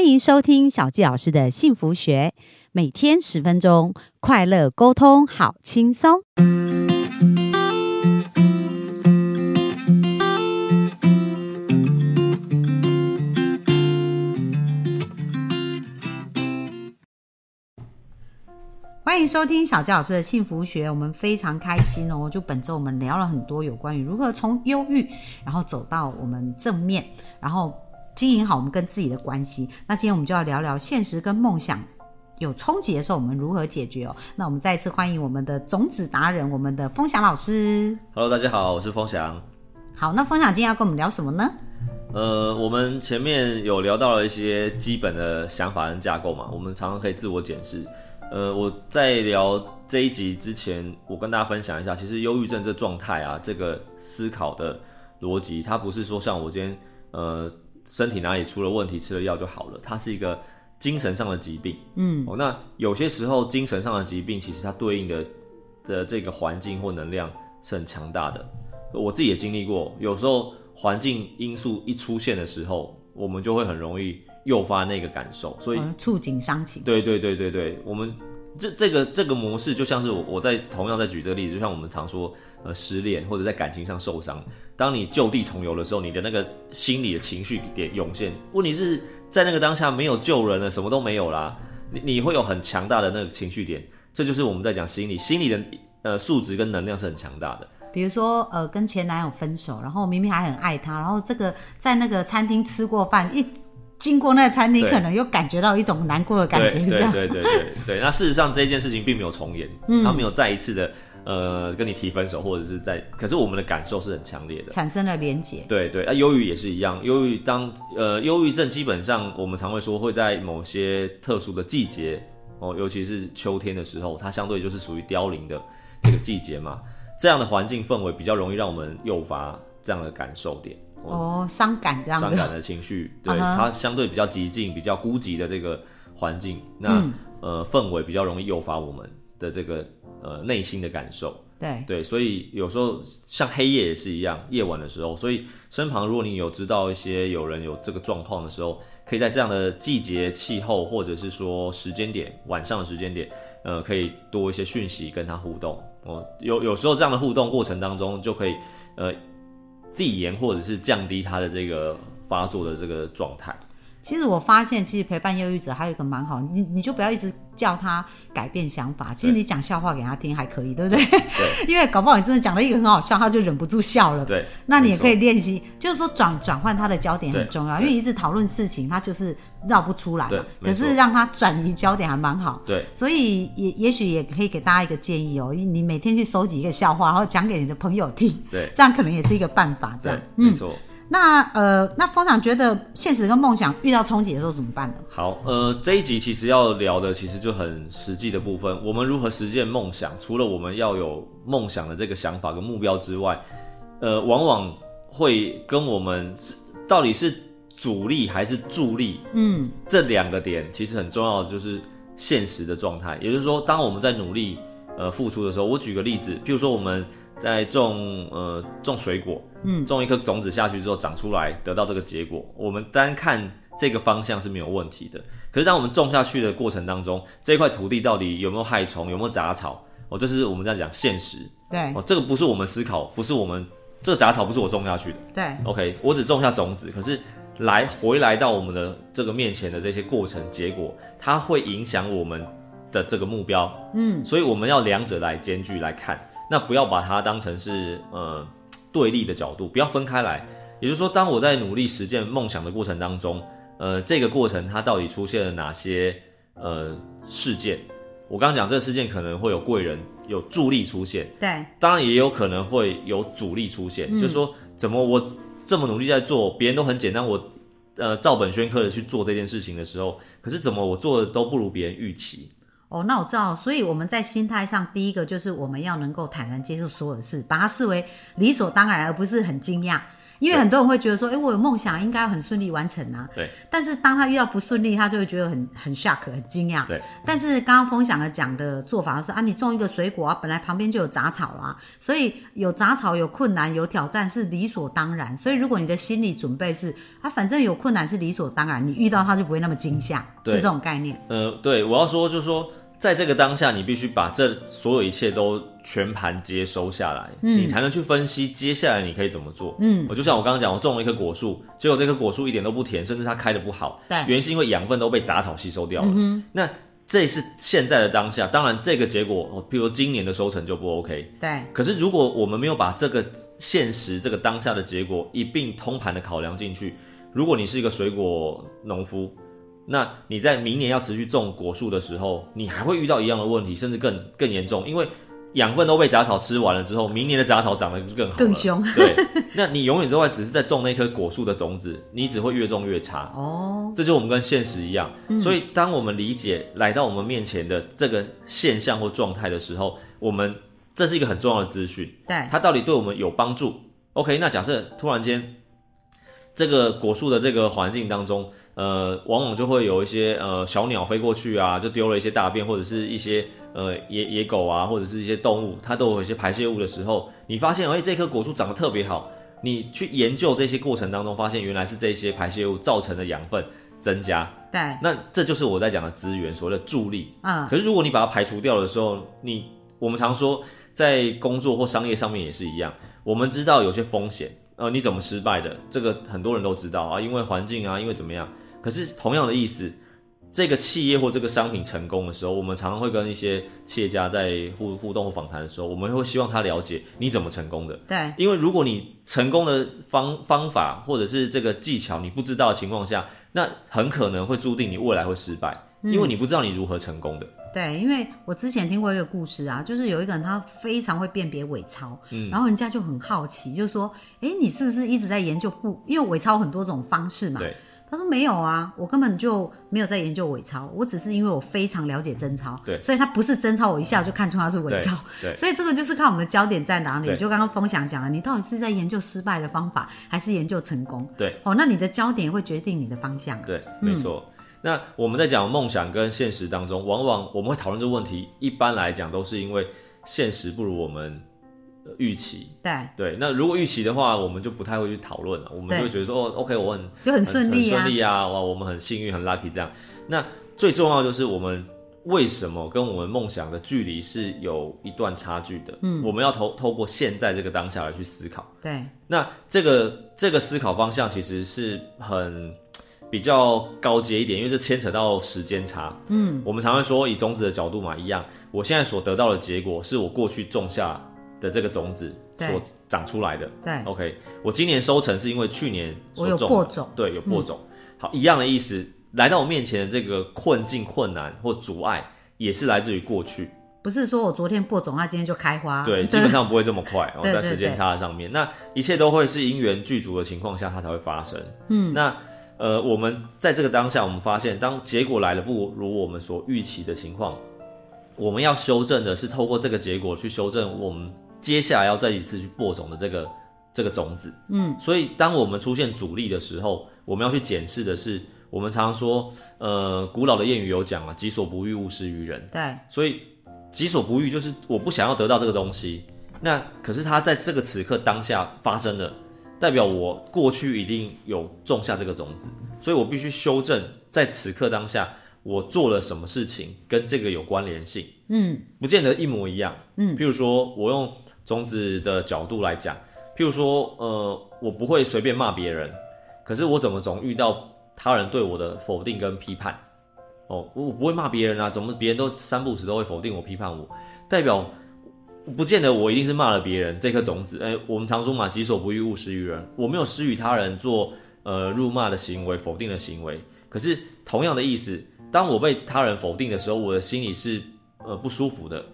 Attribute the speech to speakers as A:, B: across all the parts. A: 欢迎收听小纪老师的幸福学，每天十分钟，快乐沟通，好轻松。欢迎收听小纪老师的幸福学，我们非常开心哦！就本周我们聊了很多有关于如何从忧郁，然后走到我们正面，然后经营好我们跟自己的关系。那今天我们就要聊聊现实跟梦想有冲击的时候，我们如何解决哦。那我们再一次欢迎我们的种子达人，我们的风翔老师。
B: Hello，大家好，我是风翔。
A: 好，那风翔今天要跟我们聊什么呢？
B: 呃，我们前面有聊到了一些基本的想法跟架构嘛，我们常常可以自我检视。呃，我在聊这一集之前，我跟大家分享一下，其实忧郁症这状态啊，这个思考的逻辑，它不是说像我今天呃身体哪里出了问题，吃了药就好了，它是一个精神上的疾病。嗯，哦，那有些时候精神上的疾病，其实它对应的的这个环境或能量是很强大的。我自己也经历过，有时候环境因素一出现的时候，我们就会很容易诱发那个感受，所以
A: 呃触景伤情。
B: 对对对对对，我们这这个这个模式就像是我我在同样在举这个例子，就像我们常说，呃，失恋或者在感情上受伤，当你就地重游的时候，你的那个心理的情绪点涌现。问题是在那个当下没有救人了，什么都没有啦，你你会有很强大的那个情绪点，这就是我们在讲心理，心理的呃素质跟能量是很强大的。
A: 比如说，呃，跟前男友分手，然后我明明还很爱他，然后这个在那个餐厅吃过饭，一经过那个餐厅，
B: 对
A: 可能又感觉到一种难过的感
B: 对
A: 觉，是这
B: 对
A: 样。
B: 对对对对。那事实上这件事情并没有重演，他没有再一次的呃跟你提分手，或者是在，可是我们的感受是很强烈的。
A: 产生了连结，
B: 对对，啊，忧郁也是一样。忧郁当呃，忧郁症基本上我们常会说会在某些特殊的季节哦，尤其是秋天的时候，它相对就是属于凋零的这个季节嘛。这样的环境氛围比较容易让我们诱发这样的感受点，哦、
A: 哦，伤感这样
B: 伤
A: 子，
B: 感的情绪。对，
A: 啊哈
B: 它相对比较激进、比较孤寂的这个环境，那、呃氛围比较容易诱发我们的这个呃内心的感受。
A: 对，
B: 对，所以有时候像黑夜也是一样，夜晚的时候，所以身旁如果你有知道一些有人有这个状况的时候，可以在这样的季节、气候，或者是说时间点，晚上的时间点，呃，可以多一些讯息跟他互动。哦，有有时候这样的互动过程当中，就可以呃递延或者是降低他的这个发作的这个状态。
A: 其实我发现，其实陪伴忧郁者还有一个蛮好，你你就不要一直叫他改变想法，其实
B: 对
A: 你讲笑话给他听还可以，对不对？ 因为搞不好你真的讲了一个很好笑，他就忍不住笑了。
B: 对，
A: 那你也
B: 没错
A: 可以练习，就是说转转换他的焦点
B: 对
A: 很重要，因
B: 对
A: 为一直讨论事情，他就是绕不出来
B: 对
A: 嘛。可
B: 没错
A: 是让他转移焦点还蛮好。
B: 对。
A: 所以也也许也可以给大家一个建议哦，你每天去收集一个笑话，然后讲给你的朋友听，
B: 对
A: 这样可能也是一个办法。这
B: 对
A: 样，，嗯
B: 没错。
A: 那呃，那方长觉得现实跟梦想遇到冲击的时候怎么办呢？
B: 好，呃，这一集其实要聊的其实就很实际的部分，我们如何实现梦想？除了我们要有梦想的这个想法跟目标之外，呃，往往会跟我们是到底是阻力还是助力，
A: 嗯，
B: 这两个点其实很重要，就是现实的状态。也就是说，当我们在努力呃付出的时候，我举个例子，譬如说我们在种呃种水果，嗯，种一颗种子下去之后长出来，得到这个结果，我们单看这个方向是没有问题的。可是当我们种下去的过程当中，这一块土地到底有没有害虫，有没有杂草？哦，这是我们在讲现实
A: 对
B: 哦，这个不是我们思考，不是我们这个杂草不是我种下去的。
A: 对，
B: OK，我只种下种子，可是来回来到我们的这个面前的这些过程结果，它会影响我们的这个目标。嗯，所以我们要两者来兼具来看，那不要把它当成是呃对立的角度，不要分开来。也就是说，当我在努力实践梦想的过程当中，呃，这个过程它到底出现了哪些呃事件？我刚刚讲这个事件可能会有贵人、有助力出现，
A: 对，
B: 当然也有可能会有阻力出现，就是说怎么我这么努力在做，别人都很简单，我呃照本宣科的去做这件事情的时候，可是怎么我做的都不如别人预期。
A: 哦，那我知道，所以我们在心态上，第一个就是我们要能够坦然接受所有的事，把它视为理所当然，而不是很惊讶。因为很多人会觉得说，哎、我有梦想，应该很顺利完成啊。
B: 对。
A: 但是当他遇到不顺利，他就会觉得很很 shock，很惊讶。
B: 对。
A: 但是刚刚风享了讲的做法是啊，你种一个水果啊，本来旁边就有杂草啊，所以有杂草、有困难、有挑战是理所当然。所以如果你的心理准备是啊，反正有困难是理所当然，你遇到它就不会那么惊吓，是
B: 对
A: 这种概念。
B: 呃，对，我要说就是说，在这个当下，你必须把这所有一切都全盘接收下来，你才能去分析接下来你可以怎么做。嗯，我就像我刚刚讲，我种了一棵果树，结果这棵果树一点都不甜，甚至它开的不好，
A: 对
B: 原因是因为养分都被杂草吸收掉了。嗯、那这是现在的当下，当然这个结果，哦譬如说今年的收成就不 OK。
A: 对，
B: 可是如果我们没有把这个现实、这个当下的结果一并通盘的考量进去，如果你是一个水果农夫，那你在明年要持续种果树的时候，你还会遇到一样的问题，甚至更更严重，因为养分都被杂草吃完了之后，明年的杂草长得就更好了
A: 更凶。
B: 对，那你永远都在只是在种那棵果树的种子，你只会越种越差。
A: 哦，
B: 这就我们跟现实一样。所以，当我们理解来到我们面前的这个现象或状态的时候，我们这是一个很重要的资讯，
A: 对，
B: 它到底对我们有帮助？OK，那假设突然间。这个果树的这个环境当中，呃，往往就会有一些呃小鸟飞过去啊，就丢了一些大便，或者是一些呃野野狗啊，或者是一些动物，它都有一些排泄物的时候，你发现，哎、这棵果树长得特别好，你去研究这些过程当中，发现原来是这些排泄物造成的养分增加，
A: 对，
B: 那这就是我在讲的资源，所谓的助力。
A: 嗯，
B: 可是如果你把它排除掉的时候，你我们常说在工作或商业上面也是一样，我们知道有些风险，呃，你怎么失败的，这个很多人都知道啊，因为环境啊，因为怎么样。可是同样的意思，这个企业或这个商品成功的时候，我们常常会跟一些企业家在互互动或访谈的时候，我们会希望他了解你怎么成功的。
A: 对，
B: 因为如果你成功的方方法或者是这个技巧你不知道的情况下，那很可能会注定你未来会失败，因为你不知道你如何成功的。
A: 对，因为我之前听过一个故事啊，就是有一个人他非常会辨别伪钞，
B: 嗯
A: 然后人家就很好奇，就说：“哎，你是不是一直在研究不？因为伪钞很多种方式嘛。”
B: 对，
A: 他说没有啊，我根本就没有在研究伪钞，我只是因为我非常了解真钞，
B: 对
A: 所以它不是真钞，我一下就看出它是伪
B: 对
A: 钞。
B: 对
A: 所以这个就是看我们的焦点在哪里。
B: 对
A: 就刚刚风翔讲了，你到底是在研究失败的方法，还是研究成功？
B: 对
A: 哦，那你的焦点会决定你的方向啊。
B: 对，没错。那我们在讲梦想跟现实当中，往往我们会讨论这个问题，一般来讲都是因为现实不如我们呃预期。
A: 对，
B: 对，那如果预期的话，我们就不太会去讨论了，我们
A: 对
B: 就会觉得说，哦，OK，我很
A: 就很顺利
B: 很
A: 啊
B: 顺。利啊，哇，我们很幸运，很 lucky 这样。那最重要就是我们为什么跟我们梦想的距离是有一段差距的？嗯，我们要透透过现在这个当下来去思考。
A: 对，
B: 那这个这个思考方向其实是很比较高阶一点，因为这牵扯到时间差。嗯，我们常会说以种子的角度嘛，一样，我现在所得到的结果是我过去种下的这个种子
A: 对
B: 所长出来的。
A: 对，
B: OK，我今年收成是因为去年所
A: 我有
B: 种
A: 播
B: 的
A: 种嗯
B: 对，有播种。好，一样的意思，来到我面前的这个困境、困难或阻碍，也是来自于过去。
A: 不是说我昨天播种，啊它今天就开花。
B: 对，基本上不会这么快，哦，
A: 对
B: 在
A: 对
B: 时间差的上面，那一切都会是因缘具足的情况下，它才会发生。嗯，那呃，我们在这个当下，我们发现，当结果来了不如我们所预期的情况，我们要修正的是透过这个结果去修正我们接下来要再一次去播种的这个这个种子。嗯，所以当我们出现阻力的时候，我们要去检视的是，我们常常说，呃，古老的谚语有讲嘛，“己所不欲，勿施于人”。
A: 对
B: 所以己所不欲，就是我不想要得到这个东西。那可是它在这个此刻当下发生了，代表我过去一定有种下这个种子，所以我必须修正在此刻当下我做了什么事情跟这个有关联性。嗯，不见得一模一样。嗯，譬如说我用种子的角度来讲，譬如说呃，我不会随便骂别人，可是我怎么总遇到他人对我的否定跟批判？哦，我我不会骂别人啊，怎么别人都三不五时都会否定我、批判我？代表不见得我一定是骂了别人这颗种子。哎、我们常说嘛，己所不欲，勿施于人。我没有施与他人做呃辱骂的行为、否定的行为。可是同样的意思，当我被他人否定的时候，我的心里是呃不舒服的，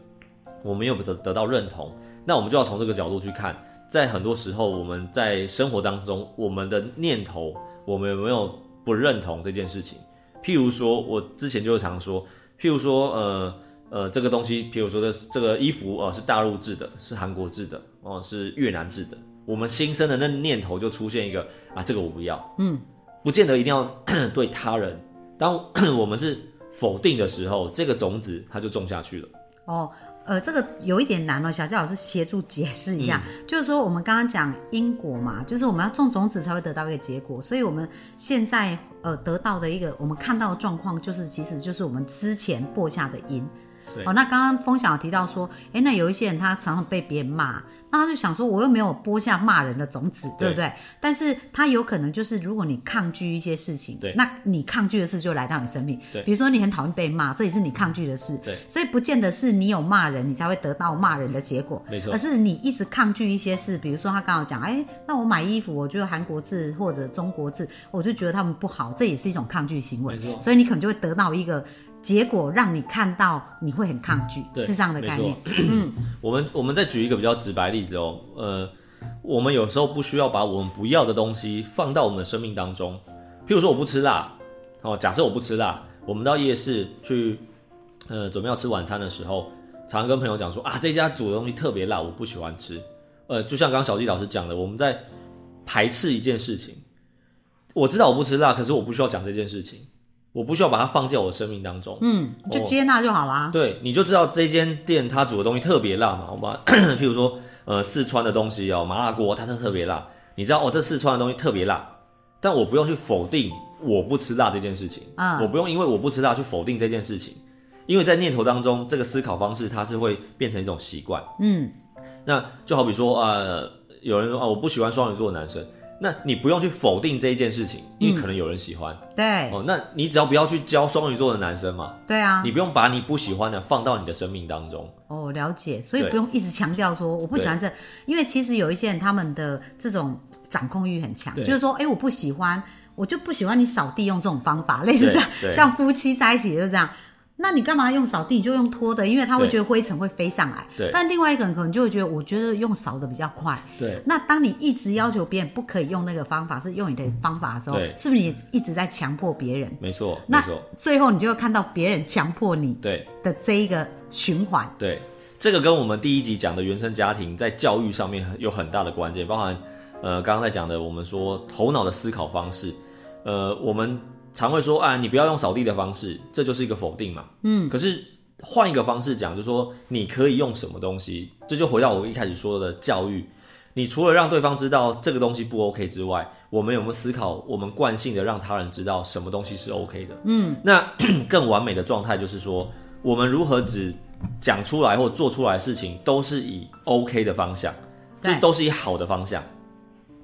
B: 我没有得得到认同。那我们就要从这个角度去看，在很多时候我们在生活当中，我们的念头，我们有没有不认同这件事情？譬如说，我之前就常说，譬如说，呃呃，这个哦东西，譬如说这这个衣服呃是大陆制的，是韩国制的，哦、是越南制的，我们心生的那念头就出现一个啊，这个我不要，嗯，不见得一定要 对他人。当 我们是否定的时候，这个种子它就种下去了。
A: 哦，呃，这个有一点难哦，小纪老师协助解释一下，
B: 嗯
A: 就是说我们刚刚讲因果嘛，就是我们要种种子才会得到一个结果，所以我们现在呃得到的一个我们看到的状况，就是其实就是我们之前播下的因。
B: 对
A: 哦，那刚刚风小有提到说，诶，那有一些人他常常被别人骂，那他就想说，我又没有播下骂人的种子，对不对？但是他有可能就是，如果你抗拒一些事情，
B: 对
A: 那你抗拒的事就来到你生命，
B: 对
A: 比如说你很讨厌被骂，这也是你抗拒的事，
B: 对
A: 所以不见得是你有骂人，你才会得到骂人的结果，
B: 没错
A: 而是你一直抗拒一些事，比如说他刚好讲，哎，那我买衣服，我觉得韩国字或者中国字，我就觉得他们不好，这也是一种抗拒行为
B: 没，错
A: 所以你可能就会得到一个结果，让你看到你会很抗拒，
B: 嗯对
A: 是这样的概念。
B: 我们我们再举一个比较直白例子哦，呃，我们有时候不需要把我们不要的东西放到我们的生命当中。譬如说我不吃辣，哦，假设我不吃辣，我们到夜市去，呃，准备要吃晚餐的时候，常常跟朋友讲说啊，这家煮的东西特别辣，我不喜欢吃。呃，就像刚刚小纪老师讲的，我们在排斥一件事情。我知道我不吃辣，可是我不需要讲这件事情，我不需要把它放进我的生命当中。
A: 嗯，就接纳就好啦。
B: 对，你就知道这间店它煮的东西特别辣嘛，好吧？ 譬如说，呃，四川的东西哦，麻辣锅它特别辣，你知道哦，这四川的东西特别辣，但我不用去否定我不吃辣这件事情，
A: 嗯
B: 我不用因为我不吃辣去否定这件事情，因为在念头当中，这个思考方式它是会变成一种习惯。
A: 嗯，
B: 那就好比说，呃，有人说啊，我不喜欢双鱼座的男生，那你不用去否定这一件事情，因为可能有人喜欢、
A: 嗯对，
B: 哦，那你只要不要去教双鱼座的男生嘛。
A: 对啊。
B: 你不用把你不喜欢的放到你的生命当中。
A: 哦，了解，所以
B: 对
A: 不用一直强调说我不喜欢这，因为其实有一些人他们的这种掌控欲很强，
B: 对
A: 就是说，哎，我不喜欢，我就不喜欢你扫地用这种方法，类似这样，
B: 对
A: 像夫妻在一起就是这样。那你干嘛用扫地？你就用拖的，因为他会
B: 对
A: 觉得灰尘会飞上来。
B: 对
A: 但另外一个人可能就会觉得，我觉得用扫的比较快。
B: 对，
A: 那当你一直要求别人不可以用那个方法，是用你的方法的时候
B: 对，
A: 是不是你也一直在强迫别人？
B: 没错，没
A: 那
B: 错，
A: 最后你就会看到别人强迫你
B: 对
A: 的这一个循环。
B: 对，这个跟我们第一集讲的原生家庭在教育上面有很大的关键，包含呃刚刚在讲的，我们说头脑的思考方式，呃，我们常会说啊，你不要用扫地的方式，这就是一个否定嘛。嗯，可是。换一个方式讲，就是说你可以用什么东西，这就回到我一开始说的教育。你除了让对方知道这个东西不 OK 之外，我们有没有思考，我们惯性的让他人知道什么东西是 OK 的？嗯，那更完美的状态就是说，我们如何只讲出来或做出来的事情，都是以 OK 的方向，
A: 对
B: 这都是以好的方向，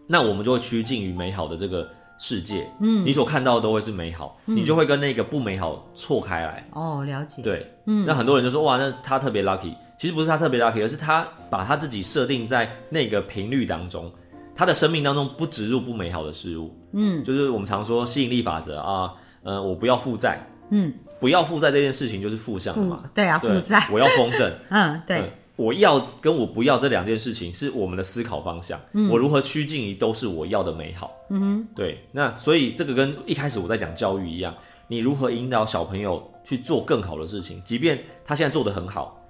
B: 那我们就会趋近于美好的这个世界。嗯，你所看到的都会是美好，你就会跟那个不美好错开来。
A: 哦，了解。
B: 对，嗯，那很多人就说哇，那他特别 lucky，其实不是他特别 lucky，而是他把他自己设定在那个频率当中，他的生命当中不植入不美好的事物，嗯，就是我们常说吸引力法则啊，呃，我不要负债，
A: 嗯，
B: 不要负债这件事情就是负向的
A: 负
B: 嘛，
A: 对啊，负
B: 对
A: 债，
B: 我要丰盛，
A: 嗯，对，
B: 嗯我要跟我不要这两件事情是我们的思考方向，我如何趋近于都是我要的美好。嗯哼，对。那所以这个跟一开始我在讲教育一样，你如何引导小朋友去做更好的事情，即便他现在做得很好，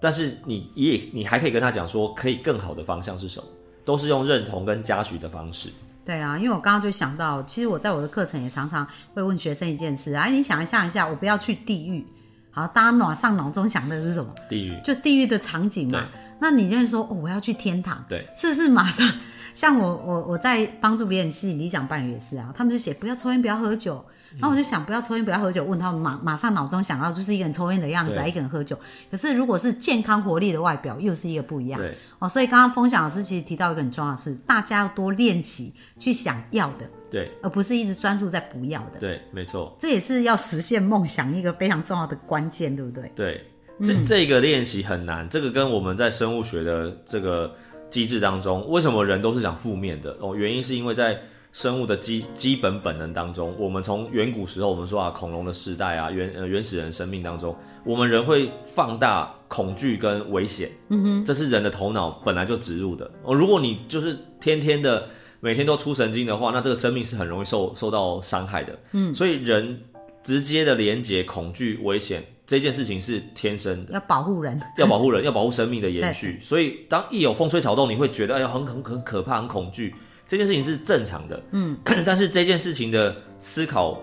B: 但是你也你还可以跟他讲说，可以更好的方向是什么，都是用认同跟嘉许的方式。
A: 对啊，因为我刚刚就想到，其实我在我的课程也常常会问学生一件事，哎，你想一下一下，我不要去地狱。好，大家马上脑中想的是什么？
B: 地狱，
A: 就地狱的场景嘛。那你就是说，哦，我要去天堂，
B: 对，
A: 是不是马上？像我，我我在帮助别人吸引力讲伴侣也是啊，他们就写不要抽烟，不要喝酒。
B: 嗯
A: 然后我就想，不要抽烟，不要喝酒。问他们马马上脑中想到就是一个人抽烟的样子啊，
B: 对
A: 一个人喝酒。可是如果是健康活力的外表，又是一个不一样。
B: 对
A: 哦，所以刚刚风享老师其实提到一个很重要的事，大家要多练习去想要的，
B: 对
A: 而不是一直专注在不要的。
B: 对，没错。
A: 这也是要实现梦想一个非常重要的关键，对不对？
B: 对，这这个练习很难，这个跟我们在生物学的这个机制当中，为什么人都是讲负面的哦？原因是因为在生物的基基本本能当中，我们从远古时候，我们说啊，恐龙的世代啊，原呃原始人生命当中，我们人会放大恐惧跟危险，嗯哼，这是人的头脑本来就植入的哦。如果你就是天天的每天都出神经的话，那这个生命是很容易受受到伤害的，嗯，所以人直接的连接恐惧、危险这件事情是天生的，
A: 要保护人，
B: 要保护人，要保护生命的延续。所以当一有风吹草动，你会觉得哎呀很很很可怕，很恐惧。这件事情是正常的，嗯， 但是这件事情的思考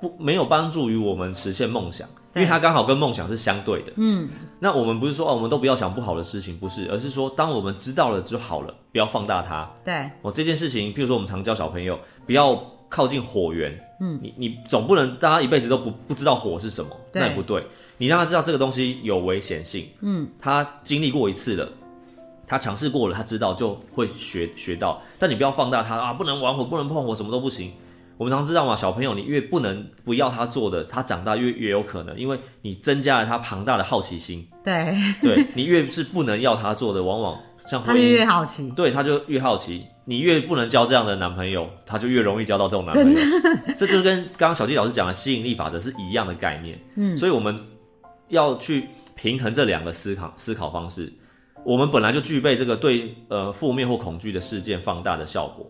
B: 不没有帮助于我们实现梦想，因
A: 对
B: 为它刚好跟梦想是相对的，嗯。那我们不是说哦，我们都不要想不好的事情，不是，而是说当我们知道了就好了，不要放大它，
A: 对
B: 哦，这件事情，譬如说我们常教小朋友不要靠近火源，嗯，你你总不能大家一辈子都不不知道火是什么，
A: 对
B: 那也不对。你让他知道这个东西有危险性，嗯，他经历过一次了，他尝试过了，他知道就会学学到。但你不要放大他啊，不能玩火，不能碰火，什么都不行。我们常知道嘛，小朋友你越不能不要他做的，他长大越越有可能，因为你增加了他庞大的好奇心。
A: 对，
B: 对 你越是不能要他做的，往往像
A: 他
B: 婚
A: 就
B: 姻
A: 越好奇，
B: 对，他就越好奇，你越不能交这样的男朋友，他就越容易交到这种男朋友。这就跟刚刚小纪老师讲的吸引力法则是一样的概念。嗯，所以我们要去平衡这两个思考思考方式。我们本来就具备这个对呃负面或恐惧的事件放大的效果，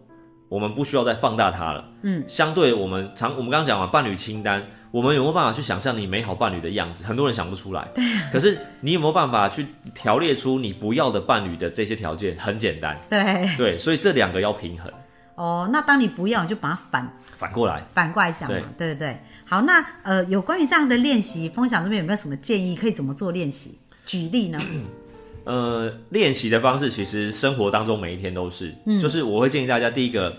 B: 我们不需要再放大它了。
A: 嗯，
B: 相对我们常我们刚刚讲嘛，伴侣清单，我们有没有办法去想象你美好伴侣的样子？很多人想不出来。 可是你有没有办法去条列出你不要的伴侣的这些条件？很简单。
A: 对
B: 对，所以这两个要平衡，
A: 哦。那当你不要，你就把它反
B: 反过来。
A: 反过来想嘛，对不对？好，那呃，有关于这样的练习，风想这边有没有什么建议？可以怎么做练习？举例呢？
B: 嗯呃，练习的方式其实生活当中每一天都是，就是我会建议大家，第一个，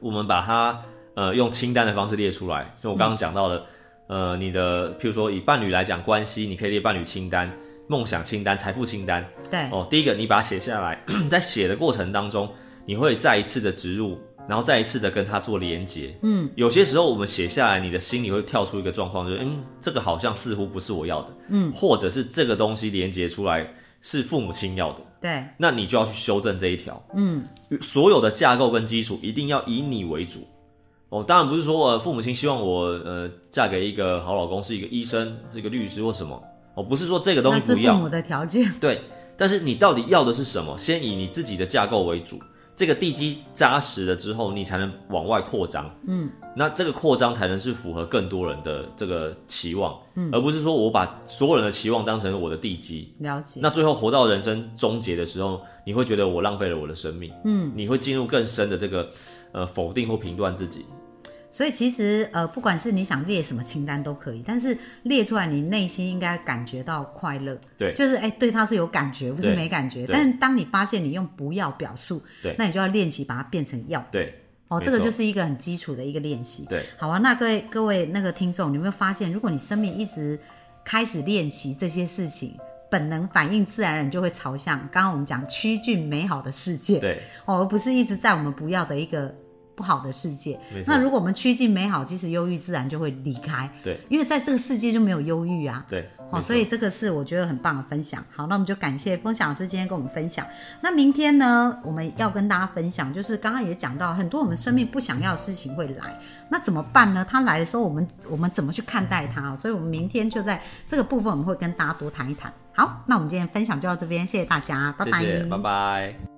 B: 我们把它呃用清单的方式列出来，就我刚刚讲到的，呃，你的譬如说以伴侣来讲，关系你可以列伴侣清单、梦想清单、财富清单。
A: 对
B: 哦，第一个你把它写下来， 在写的过程当中，你会再一次的植入，然后再一次的跟它做连接。嗯，有些时候我们写下来，你的心里会跳出一个状况，就是嗯，这个好像似乎不是我要的，嗯，或者是这个东西连接出来是父母亲要的，
A: 对
B: 那你就要去修正这一条。嗯，所有的架构跟基础一定要以你为主。哦，当然不是说呃父母亲希望我呃嫁给一个好老公，是一个医生，是一个律师或什么。哦，不是说这个东
A: 那
B: 西
A: 是
B: 不
A: 父
B: 要，
A: 母的条件，
B: 对，但是你到底要的是什么？先以你自己的架构为主，这个地基扎实了之后，你才能往外扩张。嗯，那这个扩张才能是符合更多人的这个期望，嗯，而不是说我把所有人的期望当成我的地基，
A: 了解。
B: 那最后活到人生终结的时候，你会觉得我浪费了我的生命，嗯，你会进入更深的这个呃否定或评断自己，
A: 所以其实呃，不管是你想列什么清单都可以，但是列出来，你内心应该感觉到快乐。
B: 对
A: 就是哎、对它是有感觉，不是
B: 对
A: 没感觉。
B: 对
A: 但是当你发现你用不要表述，
B: 对
A: 那你就要练习把它变成要。
B: 对
A: 哦，
B: 没
A: 这个
B: 错
A: 就是一个很基础的一个练习。
B: 对，
A: 好啊，那各位各位那个听众，你有没有发现，如果你生命一直开始练习这些事情，本能反应自然而然就会朝向刚刚我们讲趋近美好的世界。
B: 对
A: 哦，而不是一直在我们不要的一个不好的世界
B: 没。错
A: 那如果我们趋近美好，其实忧郁自然就会离开，
B: 对
A: 因为在这个世界就没有忧郁啊。
B: 对，
A: 哦，所
B: 没错
A: 以这个是我觉得很棒的分享。好，那我们就感谢风享老师今天跟我们分享。那明天呢，我们要跟大家分享，就是刚刚也讲到很多我们生命不想要的事情会来，那怎么办呢？它来的时候，我们我们怎么去看待它？所以我们明天就在这个部分，我们会跟大家多谈一谈。好，那我们今天分享就到这边，谢谢大家，拜拜，
B: 谢谢，拜拜。